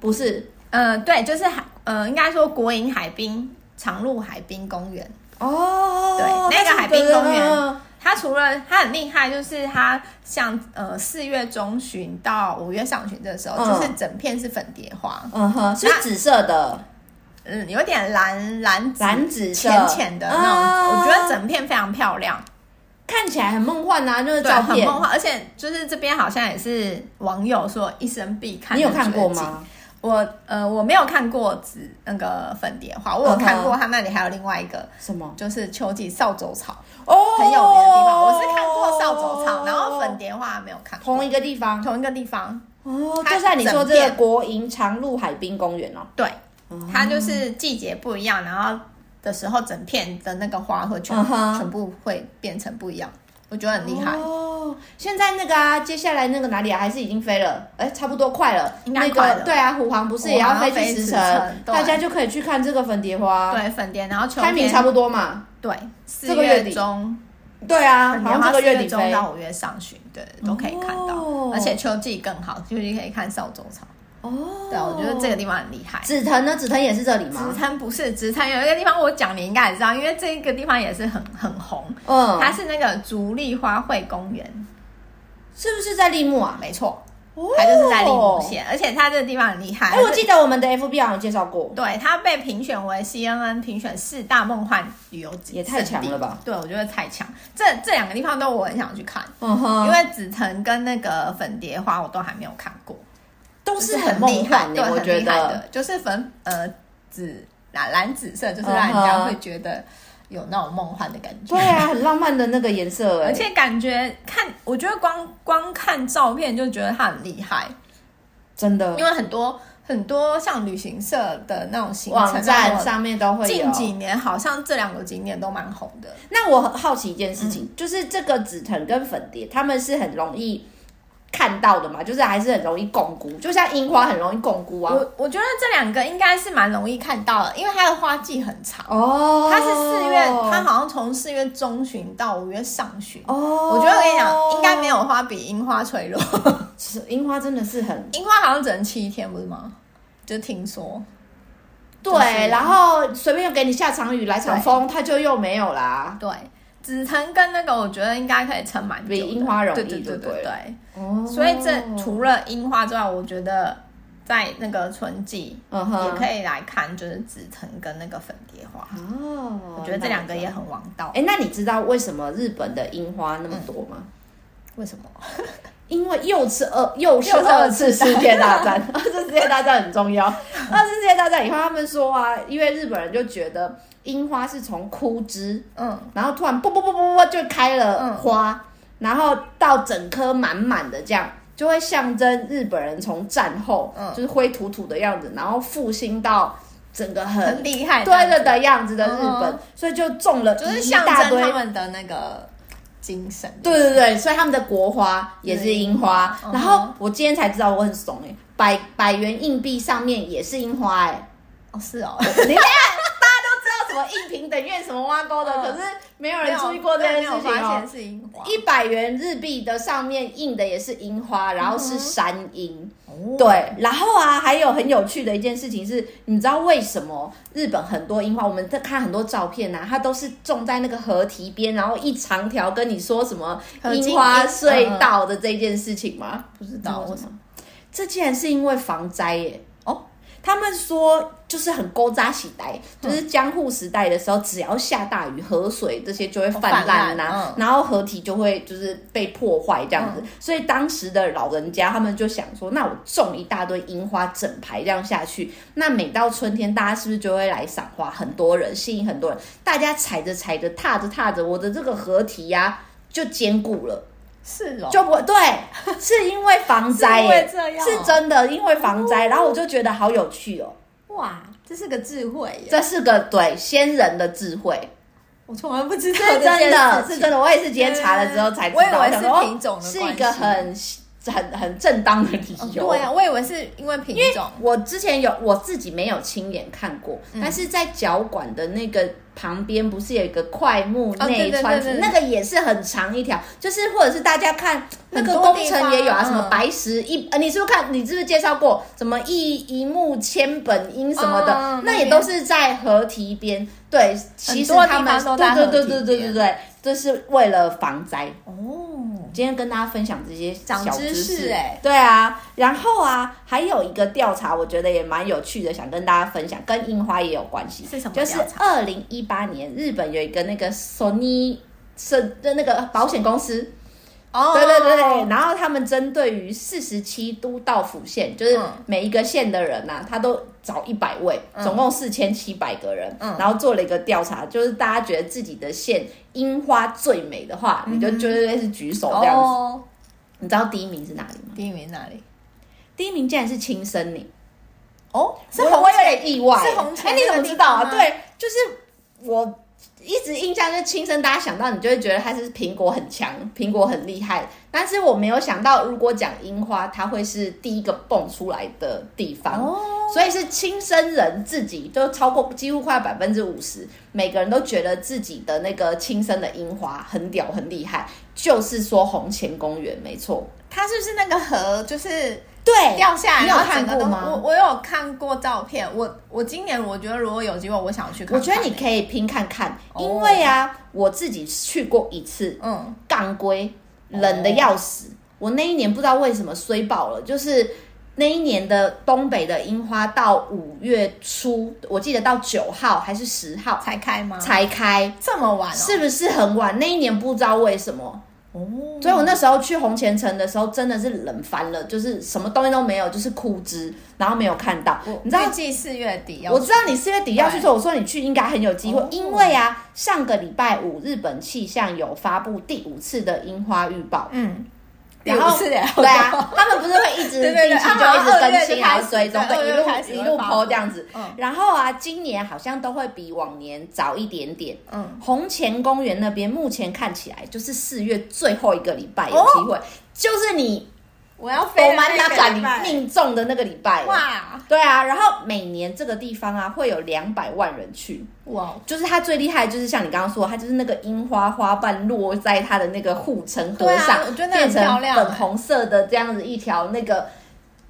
A: 不是
B: 呃，对，就是海，呃，应该说国营海滨长鹿海滨公园。
A: 哦
B: 对那个
A: 它是
B: 海滨公园
A: 嗯
B: 它除了它很厉害，就是它像呃四月中旬到五月上旬的时候，
A: 嗯
B: 就是整片是粉蝶花，
A: 嗯哼，是不是
B: 那
A: 紫色的。
B: 嗯，有点蓝蓝紫
A: 蓝紫色
B: 浅浅的那种，
A: 啊
B: 我觉得整片非常漂亮，
A: 看起来很梦幻啊，就是
B: 对，
A: 照
B: 很
A: 片。
B: 梦幻。而且就是这边好像也是网友说一生必看，
A: 你有看过？吗？
B: 我呃我没有看过紫那个粉蝶
A: 哦
B: 花，我有看过它那里还有另外一个。
A: 什么？
B: 就是秋季扫帚草
A: 哦
B: 很有名的地方，我是看过扫帚草，然后粉蝶花没有看过
A: 同一个地方
B: 同一个地方，
A: 哦，
B: 它
A: 就像你说这
B: 整
A: 个
B: 片
A: 国营长鹿海滨公园哦，
B: 对，
A: 哦
B: 它就是季节不一样，然后的时候整片的那个花会全、
A: 嗯哼
B: 全部会变成不一样，我觉得很厉害。
A: 哦。现在那个啊，接下来那个哪里啊，还是已经飞了？哎，差不多快了，
B: 应该
A: 那
B: 快
A: 个
B: 了
A: 对啊，虎航不是也要飞去石
B: 虎航要飞
A: 城
B: 石，城对
A: 大家就可以去看这个粉蝶花。，
B: 对，粉蝶，然后秋
A: 开明
B: 天
A: 差不多嘛。
B: 对，四
A: 个月底
B: 中，
A: 对啊，
B: 粉
A: 好
B: 蝶
A: 像这
B: 花
A: 个
B: 四
A: 月底
B: 中
A: 飞。
B: 到五月上旬，对，都可以看到，
A: 哦
B: 而且秋季更好，秋季可以看扫帚草。
A: 哦
B: 对啊，我觉得这个地方很厉害。
A: 紫藤呢？紫藤也是这里吗
B: 紫？藤不是紫藤，有一个地方我讲你应该也知道，因为这个地方也是很很红，
A: 嗯，
B: 它是那个竹立花卉公园，
A: 是不是在立木啊？
B: 没错，它就是在立木县，而且它这个地方很厉害。
A: 哎，我记得我们的 FB 好像有介绍过，
B: 对，它被评选为 CNN 评选四大梦幻旅游景，
A: 也太强了吧？
B: 对，我觉得太强。这这两个地方都我很想去看，
A: 嗯
B: 因
A: 哼，
B: 为紫藤跟那个粉蝶花我都还没有看过，
A: 都
B: 就是是
A: 很
B: 厉
A: 梦
B: 害，
A: 幻
B: 对，
A: 的，我
B: 很
A: 觉
B: 厉害
A: 得。
B: 的，就是粉呃紫蓝蓝紫色，就是让人家会觉得有那种梦幻的感觉。
A: 嗯对啊，很浪漫的那个颜色哎、
B: 而且感觉看，我觉得光光看照片就觉得它很厉害，
A: 真的
B: 因为很多很多像旅行社的那种行程
A: 网站
B: 那种
A: 上面都会
B: 近
A: 有。
B: 几年好像这两个景点都蛮红的。
A: 那我很好奇一件事情，就是这个紫藤跟粉蝶，他们是很容易看到的嘛，就是还是很容易共估，就像樱花很容易共估啊。
B: 我我觉得这两个应该是蛮容易看到的，因为它的花季很长，
A: 哦
B: 它是四月，它好像从四月中旬到五月上旬。
A: 哦，
B: 我觉得我跟你讲，应该没有花比樱花脆弱，
A: 是樱花真的是很
B: 樱花好像只能七天，不是吗？就听说，
A: 对，
B: 就是
A: 然后随便又给你下场雨来场
B: 对
A: 风，它就又没有啦。
B: 对，紫藤跟那个我觉得应该可以撑蛮久的，
A: 比樱花容易
B: 对对对
A: 就对
B: 对
A: 了
B: 对。
A: 哦
B: 所以这除了樱花之外，我觉得在那个春季
A: 嗯
B: 也
A: 哼
B: 可以来看，就是紫藤跟那个粉蝶花，
A: 哦，
B: 我觉得这两个也很王道。
A: 哎，那你知道为什么日本的樱花那么多吗？
B: 为什么？
A: 因为又是二又是
B: 又是
A: 二
B: 二
A: 次世界大战， 二次世界大战很重 要。二次世界大战以后，他们说啊，因为日本人就觉得樱花是从枯枝，
B: 嗯，
A: 然后突然啵啵啵啵啵就开了
B: 嗯
A: 花，然后到整颗满满的这样，就会象征日本人从战后、
B: 嗯
A: 就是灰土土的样子，然后复兴到整个很
B: 很厉害，
A: 对对的样子的日本，
B: 嗯
A: 所以就种了
B: 就是
A: 一
B: 象
A: 大
B: 征
A: 堆
B: 他们的那个精神。
A: 对对对，所以他们的国花也是樱花。
B: 嗯
A: 然后我今天才知道，我很怂哎、百百元硬币上面也是樱花哎、
B: 哦，是哦，
A: 你看，大家都知道什么硬平等院什么挖沟的，
B: 嗯
A: 可是没有
B: 没
A: 人
B: 有
A: 注意过这件
B: 对
A: 事
B: 没
A: 情
B: 有发
A: 哦
B: 现。是樱花。
A: 一百元日币的上面印的也是樱花，然后是山樱。
B: 哦，
A: 对，然后啊，还有很有趣的一件事情是，你知道为什么日本很多樱花，我们在看很多照片啊，它都是种在那个河堤边，然后一长条跟你说什么
B: 河津嗯
A: 樱花
B: 樱
A: 隧道的这件事情吗？
B: 不知道
A: 你
B: 为
A: 知
B: 什
A: 道
B: 么。
A: 这竟然是因为防灾耶！
B: 哦，
A: 他们说就是很勾扎洗呆，就是江户时代的时候，只要下大雨，河水这些就会泛滥呐、啊
B: 哦泛滥嗯
A: 然后河堤就会就是被破坏这样子。所以当时的老人家他们就想说，那我种一大堆樱花，整排这样下去，那每到春天，大家是不是就会来赏花？很多人吸引很多人，大家踩着踩着，踏着踏着，我的这个河堤呀、就坚固了，
B: 是哦，
A: 就不会对，是因为防灾
B: 是因
A: 耶、
B: 为这样哦，
A: 是真的，因为防灾，然后我就觉得好有趣哦，
B: 哇，这是个智慧耶，
A: 这是个对先人的智慧，
B: 我从来不知道
A: 是
B: 这件
A: 真的，
B: 事
A: 是
B: 情
A: 真的，我也是今天查了之后才知道，
B: 对啊我以为
A: 想
B: 是
A: 说哦
B: 品种的
A: 是
B: 关
A: 一
B: 系
A: 个很很很正当的理
B: 哦
A: 由，
B: 对啊，我以为是因为品种，
A: 我之前有我自己没有亲眼看过，但是在脚馆的那个旁边，不是有一个快木
B: 哦对
A: 内
B: 对对
A: 穿、
B: 对对
A: 那个也是很长一条，就是或者是大家看那
B: 很
A: 个
B: 多
A: 工
B: 地
A: 程
B: 方
A: 也有啊，
B: 啊
A: 什么白石一，呃，你是不是看你是不是介绍过什么一一木千本樱什么的，
B: 嗯
A: 那
B: 那
A: 也
B: 边
A: 都是在河堤边。对，其实他们
B: 很多地方都
A: 对
B: 在
A: 对对
B: 河堤
A: 对对对
B: 边
A: 对，这是为了防灾。
B: 哦，
A: 今天跟大家分享这些小
B: 长
A: 知
B: 知识欸
A: 对啊，然后啊，还有一个调查，我觉得也蛮有趣的，想跟大家分享，跟樱花也有关系，
B: 是什么
A: 就
B: 调
A: 是
B: 查
A: 二零一八年日本有一个那个索尼是那个保险公司，
B: 哦，
A: 对对对，，然后他们针对于四十七都道府县，就是
B: 嗯
A: 每一个县的人呐、啊他都找一百位，总共四千七百个人，
B: 嗯
A: 然后做了一个调查，就是大家觉得自己的县樱花最美的话，你就就是类似举手这样子。
B: 嗯哦，
A: 你知道第一名是哪里吗？
B: 第一名哪里？
A: 第一名竟然是青森林，
B: 哦，是
A: 我
B: 红
A: 我有点意外。
B: 是红旗
A: 哎、你
B: 那
A: 怎
B: 个
A: 么
B: 地
A: 知道啊？
B: 方吗
A: 对，就是我一直印象就是青森，大家想到你就会觉得它是苹果很强，苹果很厉害。但是我没有想到，如果讲樱花，它会是第一个蹦出来的地方。
B: 哦，
A: 所以是亲生人自己都超过几乎快百分之五十，每个人都觉得自己的那个亲生的樱花很屌很厉害，就是说红前公园没错，
B: 它是不是那个河就是
A: 对，
B: 掉下来？
A: 哦你有
B: 然后整
A: 看过
B: 个都
A: 吗
B: 我我有看过照片，我我今年我觉得如果有机会，我想去看欸 看。
A: 我觉得你可以拼看看，
B: 哦
A: 因为啊，我自己去过一次
B: 嗯，
A: 杠龟，冷的要死，我那一年不知道为什么衰爆了，就是那一年的东北的樱花到五月初，我记得到九号还是十号
B: 才开吗？
A: 才开，
B: 这么嗯晚哦？
A: 是不是很晚？那一年不知道为什么，
B: 哦，
A: 所以我那时候去红前城的时候真的是冷翻了，就是什么东西都没有，就是枯枝，然后没有看到
B: 我，
A: 你知道
B: 预。计四月底哦要
A: 我知道你四月底要去
B: 对
A: 做，我说你去应该很有机会
B: 哦，
A: 因为啊，上个礼拜五日本气象有发布第五次的樱花预报，
B: 嗯，
A: 然后
B: 是的，
A: 对啊，他们不是会 一直
B: 对
A: 定
B: 对对
A: 期就
B: 他
A: 一
B: 们
A: 直更
B: 二月
A: 新，
B: 就
A: 然
B: 开
A: 后
B: 始
A: 追踪，
B: 对
A: 对，一
B: 二月开始
A: 路一路
B: 会发
A: 抛
B: 布
A: 这样子
B: 嗯。
A: 然后啊，今年好像都会比往年早一点点。
B: 嗯，
A: 红前公园那边目前看起来就是四月最后一个礼拜有机会，就是你
B: 我要
A: 我
B: 哦飞的
A: 曼
B: 那
A: 达
B: 个
A: 卡
B: 礼
A: 你
B: 拜
A: 命中的那个礼拜了。
B: 哇
A: 对啊，然后每年这个地方啊会有两百万人去，
B: 哇，
A: 就是它最厉害，就是像你刚刚说，它就是那个樱花花瓣落在它的那个护城河上，
B: 对啊我觉得那
A: 变
B: 很
A: 成
B: 漂亮
A: 粉红色的这样子一条那个。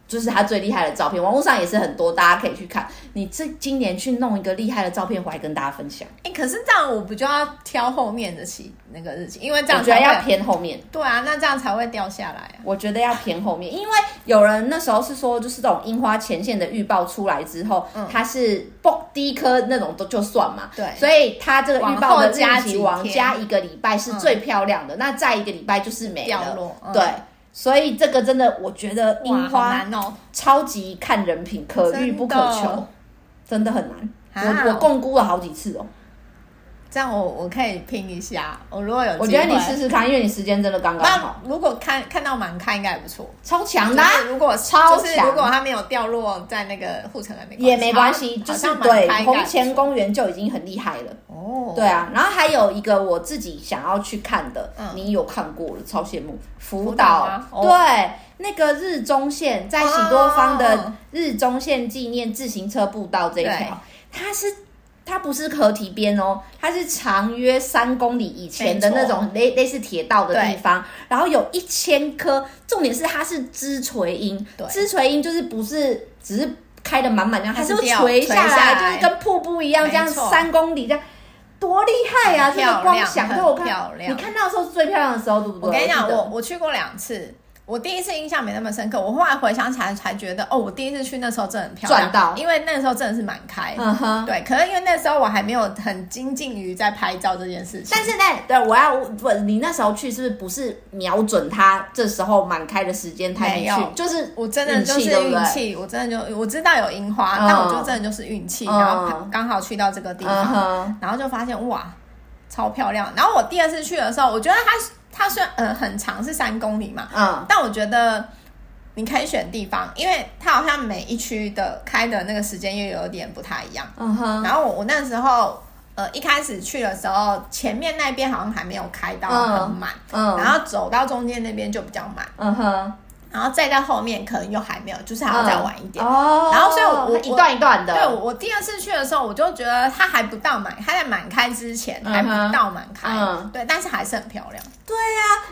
A: 就是它最厉害的照片，网络上也是很多，大家可以去看。你这今年去弄一个厉害的照片回来跟大家分享，
B: 哎，可是这样我不就要挑后面的期那个日期，因为
A: 我
B: 这样
A: 觉得
B: 才
A: 要
B: 会
A: 偏后面，
B: 对啊，那这样才会掉下来啊。
A: 我觉得要偏后面，因为有人那时候是说，就是这种樱花前线的预报出来之后，它是蹦第一颗那种都就算嘛，
B: 嗯对
A: 所以它这个预报的日
B: 往后加几
A: 期
B: 天
A: 往加一个礼拜是最漂亮的，那再一个礼拜就是没
B: 嗯掉
A: 了，
B: 落，嗯
A: 对，，所以这个真的我觉得
B: 哇，
A: 樱
B: 好
A: 花
B: 难哦，
A: 超级看人品，可遇不可
B: 真
A: 求
B: 的，
A: 真的很难。
B: 啊
A: 我我共估了好几次哦，
B: 这样我我可以拼一下，我如果有，
A: 我觉得你试。试看，因为你时间真的刚刚好，
B: 那如果看看到满开应该也不错，
A: 超强的啊、
B: 就是如果
A: 超
B: 就是
A: 强
B: 如果它没有掉落在那个护城河，
A: 也没关系，
B: 好
A: 就是
B: 像
A: 对
B: 蛮开
A: 红
B: 感
A: 前公园就已经很厉害了。
B: 哦，
A: 对啊，然后还有一个我自己想要去看的，
B: 嗯
A: 你有看过了，超羡慕。福
B: 福岛
A: 岛
B: 吗，哦
A: 对，那个日中线在喜多方的
B: 哦
A: 日中线纪念自行车步道这一
B: 对
A: 条，它是它不是河堤边哦，它是长约三公里以前的
B: 没错
A: 那种类类似铁道的
B: 对
A: 地方，然后有一千棵，重点是它是枝垂樱
B: 对，
A: 枝垂樱就是不是只是开的满满那样，它
B: 它
A: 是
B: 是
A: 会
B: 掉
A: 垂
B: 垂
A: 下
B: 下
A: 来，就
B: 来
A: 是跟瀑布一样，
B: 没
A: 这样
B: 错
A: 三公里这样。多厉害呀、啊！
B: 很
A: 这个
B: 漂
A: 光
B: 亮
A: 想，
B: 很
A: 对我看
B: 漂亮
A: 你看到的时候是最漂亮的时候，对不对？
B: 我跟你讲，
A: 记得
B: 我我去过两次，我第一次印象没那么深刻，我后来回想起来才觉得，哦，我第一次去那时候真的很漂
A: 赚
B: 亮，
A: 到
B: 因为那时候真的是满开。
A: 嗯哼。
B: 对，可能因为那时候我还没有很精进于在拍照这件事情，
A: 但是呢，对我要不，你那时候去是不是不是瞄准它这时候满开的时间才
B: 没
A: 去
B: 有？
A: 就是
B: 我真的就是
A: 运气对不对
B: 运气，我真的就我知道有樱花，
A: 嗯
B: 但我就真的就是运气，
A: 嗯
B: 然后刚好去到这个地
A: 嗯
B: 方，
A: 哼，
B: 然后就发现哇，超漂亮。然后我第二次去的时候，我觉得它它虽然呃很长是三公里嘛，
A: 嗯
B: 但我觉得你可以选地方，因为它好像每一区的开的那个时间又有点不太一样。
A: 嗯哼，
B: 然后我我那时候呃一开始去的时候，前面那边好像还没有开到很满，
A: 嗯
B: 然后走到中间那边就比较满，
A: 嗯哼，
B: 然后再到后面可能又还没有，就是还要再晚一点。
A: 哦。
B: 然后所以我我
A: 一段一段的，
B: 对，我我第二次去的时候，我就觉得它还不到满，它在满开之前
A: 嗯哼
B: 还不到满开，
A: 嗯
B: 对，但是还是很漂亮。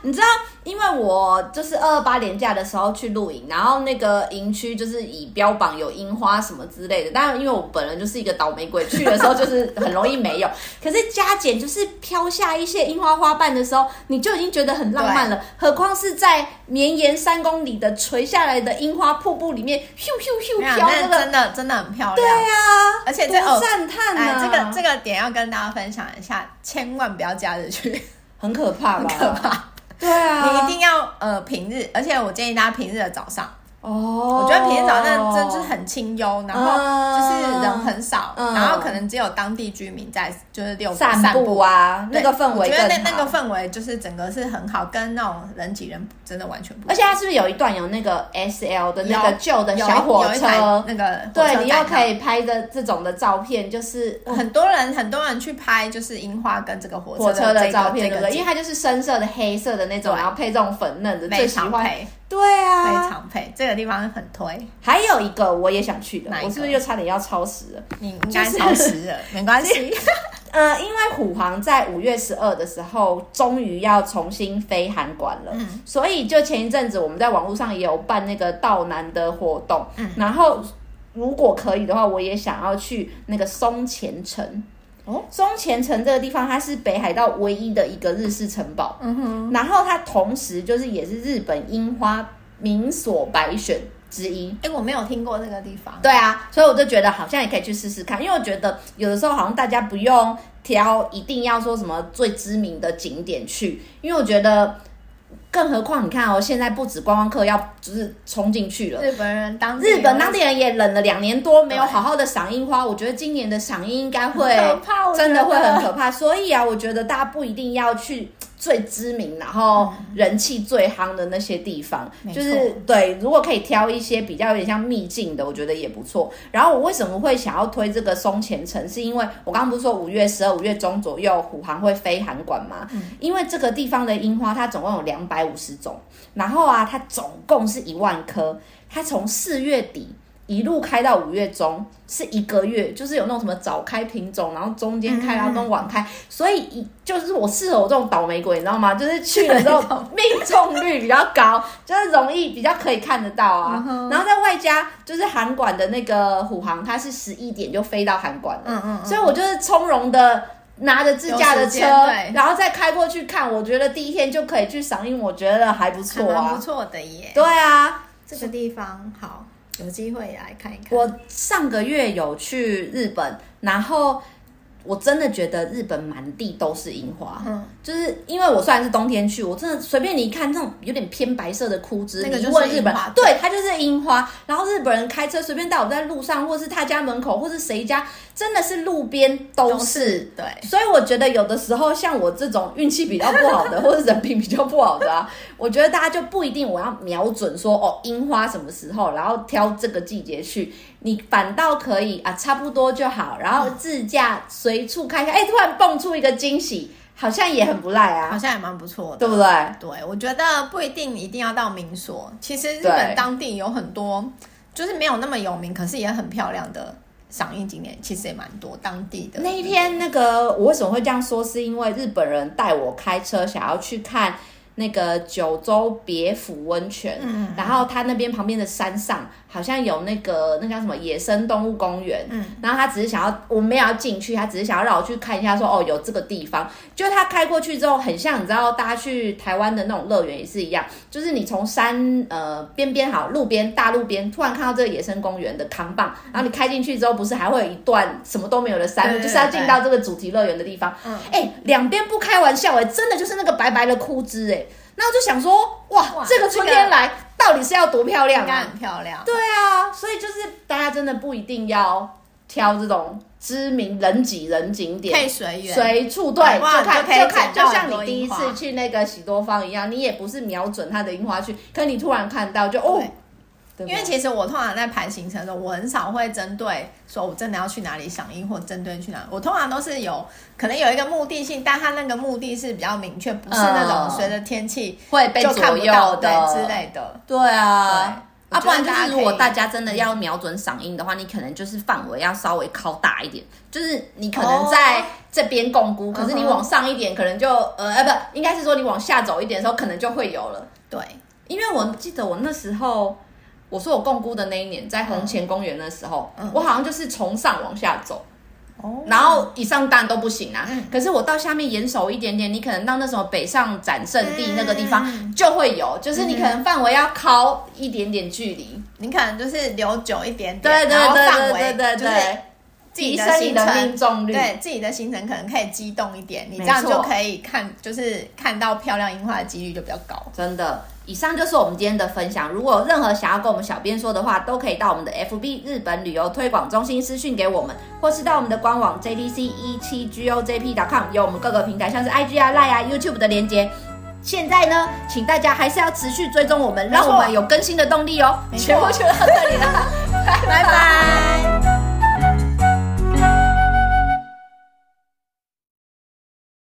A: 你知道，因为我就是二二八年假的时候去露营，然后那个营区就是以标榜有樱花什么之类的，但因为我本人就是一个倒霉鬼，去的时候就是很容易没有。可是加减就是飘下一些樱花花瓣的时候，你就已经觉得很浪漫了，何况是在绵延三公里的垂下来的樱花瀑布里面，咻咻
B: 没有
A: 咻飘那
B: 那
A: 个，
B: 真的真的很漂亮。
A: 对啊，
B: 而且这
A: 多
B: 哦
A: 赞叹
B: 哎
A: 啊，，
B: 这个这个点要跟大家分享一下，千万不要假日 去，
A: 很可怕吧？
B: 可怕。
A: 对啊，
B: 你一定要呃平日，而且我建议大家平日的早上，
A: 哦，
B: 我觉得平日早上真就是很清幽，然后就是人很少，
A: 嗯
B: 然后可能只有当地居民在就是遛狗
A: 散步啊，那
B: 对
A: 个氛围
B: 我觉得那
A: 更
B: 那个
A: 好。
B: 氛围就是整个是很好，跟那种人挤人真的完全不一
A: 而
B: 样。
A: 且它是不是有一段有那个 S L 的那个
B: 有
A: 旧的
B: 有一
A: 小火
B: 有一台
A: 车？
B: 那个火车
A: 对，你又
B: 站
A: 可以拍的这种的照片， 就是
B: 那。很多人很多人去拍，就是樱花跟这个火
A: 火车
B: 车这
A: 的
B: 个
A: 照片，
B: 这
A: 对
B: 个
A: 不对？
B: 景
A: 因为它就是深色的、黑色的那种，
B: 对
A: 然后配这种粉嫩的，最
B: 非
A: 喜
B: 常
A: 欢。
B: 配，
A: 对
B: 非
A: 啊，
B: 常配，这个地方很推，
A: 还有一个我也想去的，
B: 哪一
A: 我
B: 个
A: 是不是又差点要超时了？
B: 你应该超时了，没关系。
A: 呃，因为虎航在五月十二的时候，终于要重新飞韩馆了，
B: 嗯
A: 所以就前一阵子我们在网络上也有办那个道南的活动，
B: 嗯
A: 然后如果可以的话，我也想要去那个松前城。
B: 哦，
A: 松前城这个地方，它是北海道唯一的一个日式城堡。
B: 嗯哼，
A: 然后它同时就是也是日本樱花名所百选之一。
B: 哎、我没有听过这个地方。
A: 对啊，所以我就觉得好像也可以去试试看，因为我觉得有的时候好像大家不用挑一定要说什么最知名的景点去，因为我觉得，更何况你看哦，现在不止观光客要就是冲进去了。
B: 日本人当地
A: 日本当
B: 地
A: 地人也忍了两年多，没有
B: 啊对
A: 好好的赏樱花。我觉得今年的赏樱应该会
B: 可怕，我
A: 真的
B: 觉
A: 会
B: 得
A: 很可怕。所以啊，我觉得大家不一定要去最知名，然后人气最夯的那些地方，
B: 嗯没错
A: 就是对。如果可以挑一些比较有点像秘境的，我觉得也不错。然后我为什么会想要推这个松前城，是因为我刚刚不是说五月十二、五月中左右虎航会飞函馆吗？
B: 嗯
A: 因为这个地方的樱花它总共有两百五十种，然后啊，它总共是一万棵，它从四月底。一路开到五月中是一个月，就是有那种什么早开品种，然后中间开，然后跟晚
B: 嗯
A: 开，所以一就是我适合我这种倒霉鬼，你知道吗？就是 去了之后命中率比较高，就是容易比较可以看得到啊。
B: 嗯
A: 然后在外加就是韩馆的那个虎航，它是十一点就飞到韩馆了，
B: 嗯嗯嗯
A: 所以我就是从容的。拿着自驾的
B: 有时
A: 车，
B: 间对
A: 然后再开过去看，我觉得第一天就可以去赏樱，我觉得还不
B: 还
A: 错
B: 蛮
A: 啊
B: 不。错的耶。
A: 对啊，
B: 这个地方好，有机会来看一看。
A: 我上个月有去日本，然后我真的觉得日本满地都是樱花，
B: 嗯，
A: 就是因为我虽然是冬天去，我真的随便你一看那种有点偏白色的枯枝，
B: 那个
A: 你
B: 就是
A: 问日本
B: 樱花，
A: 对，它就是樱花。然后日本人开车随便带我在路上，或是他家门口，或是谁家，真的是路边都是。
B: 对，
A: 所以我觉得有的时候像我这种运气比较不好的，或者人品比较不好的啊， 我觉得大家就不一定我要瞄准说哦樱花什么时候，然后挑这个季节去，你反倒可以啊差不多就好，然后自驾随处看一下，哎、突然蹦出一个惊喜，好像也很不赖
B: 好
A: 啊，
B: 像也蛮不错的。
A: 对不对？
B: 对，我觉得不一定一定要到民所，其实日
A: 对
B: 本当地有很多，就是没有那么有名，可是也很漂亮的赏樱景点，其实也蛮多当地的。
A: 那一天，那个我为什么会这样说，是因为日本人带我开车想要去看那个九州别府温泉，
B: 嗯
A: 然后他那边旁边的山上好像有那个那叫什么野生动物公园，
B: 嗯，
A: 然后他只是想要我没有要进去，他只是想要让我去看一下说哦有这个地方，就他开过去之后，很像你知道大家去台湾的那种乐园也是一样，就是你从山呃边边好路边大路边突然看到这个野生公园的扛棒，然后你开进去之后，不是还会有一段什么都没有的山路，
B: 对对
A: 就是要进
B: 对
A: 到这个主题乐园的地方。
B: 嗯
A: 哎、两边不开玩笑哎、真的就是那个白白的枯枝哎、那我就想说哇，
B: 哇
A: 这个春天来、到底是要多漂亮
B: 应该
A: 啊？
B: 很漂亮。
A: 对啊，所以就是大家真的不一定要挑这种知名人挤人景点，
B: 可以随缘。
A: 随处对，
B: 搞不好
A: 就看
B: 你就可以
A: 看，
B: 捡到
A: 就像
B: 很多
A: 你第一
B: 樱花
A: 次去那个喜多方一样，你也不是瞄准它的樱花去，可你突然看到就哦，对不对
B: 因为其实我通常在排行程的时候，我很少会针对说我真的要去哪里赏樱，或针对去哪里。我通常都是有可能有一个目的性，但它那个目的是比较明确，不是那
A: 嗯
B: 种随着天气
A: 会被
B: 就看
A: 左
B: 不
A: 右
B: 到
A: 的
B: 对之。类的。
A: 对啊，
B: 对
A: 啊，不然就
B: 我觉得
A: 是
B: 大家
A: 如果
B: 可以嗯
A: 大家真的要瞄准赏樱的话，你可能就是范围要啊稍微靠大一点，就是你可能
B: 哦
A: 在这边共估，可是你
B: 嗯哼
A: 往上一点，可能就呃，哎，不，应该是说你往下走一点的时候，可能就会有了。
B: 对，
A: 因为我记得我那时候，我说我共估的那一年，在红前公园的时候，
B: 嗯
A: 我好像就是从上往下走，
B: 哦
A: 然后以上当然都不行啊。
B: 嗯
A: 可是我到下面严守一点点，你可能到那什么北上展胜地那个地方、
B: 嗯
A: 就会有，就是你可能范围要靠一点点距离。
B: 你可能就是留久一点点，
A: 对对
B: 然后
A: 对
B: 范
A: 对对
B: 围
A: 对
B: 就是
A: 对，
B: 自己
A: 提
B: 的
A: 升你
B: 行
A: 的
B: 程
A: 命中率。
B: 对自己的行程可能可以激动一点，你
A: 没
B: 这样就
A: 错
B: 可以看，就是看到漂亮樱花的几率就比较高。
A: 真的。以上就是我们今天的分享。如果有任何想要跟我们小编说的话，都可以到我们的 FB 日本旅游推广中心私讯给我们，或是到我们的官网 JDC 一七 GOJP.com 有我们各个平台像是 IG 啊、Line 啊、YouTube 的连接。现在呢，请大家还是要持续追踪我们，
B: 没错
A: 让我们有更新的动力哦。
B: 没错
A: 全部就到这里了，拜拜
B: 拜拜。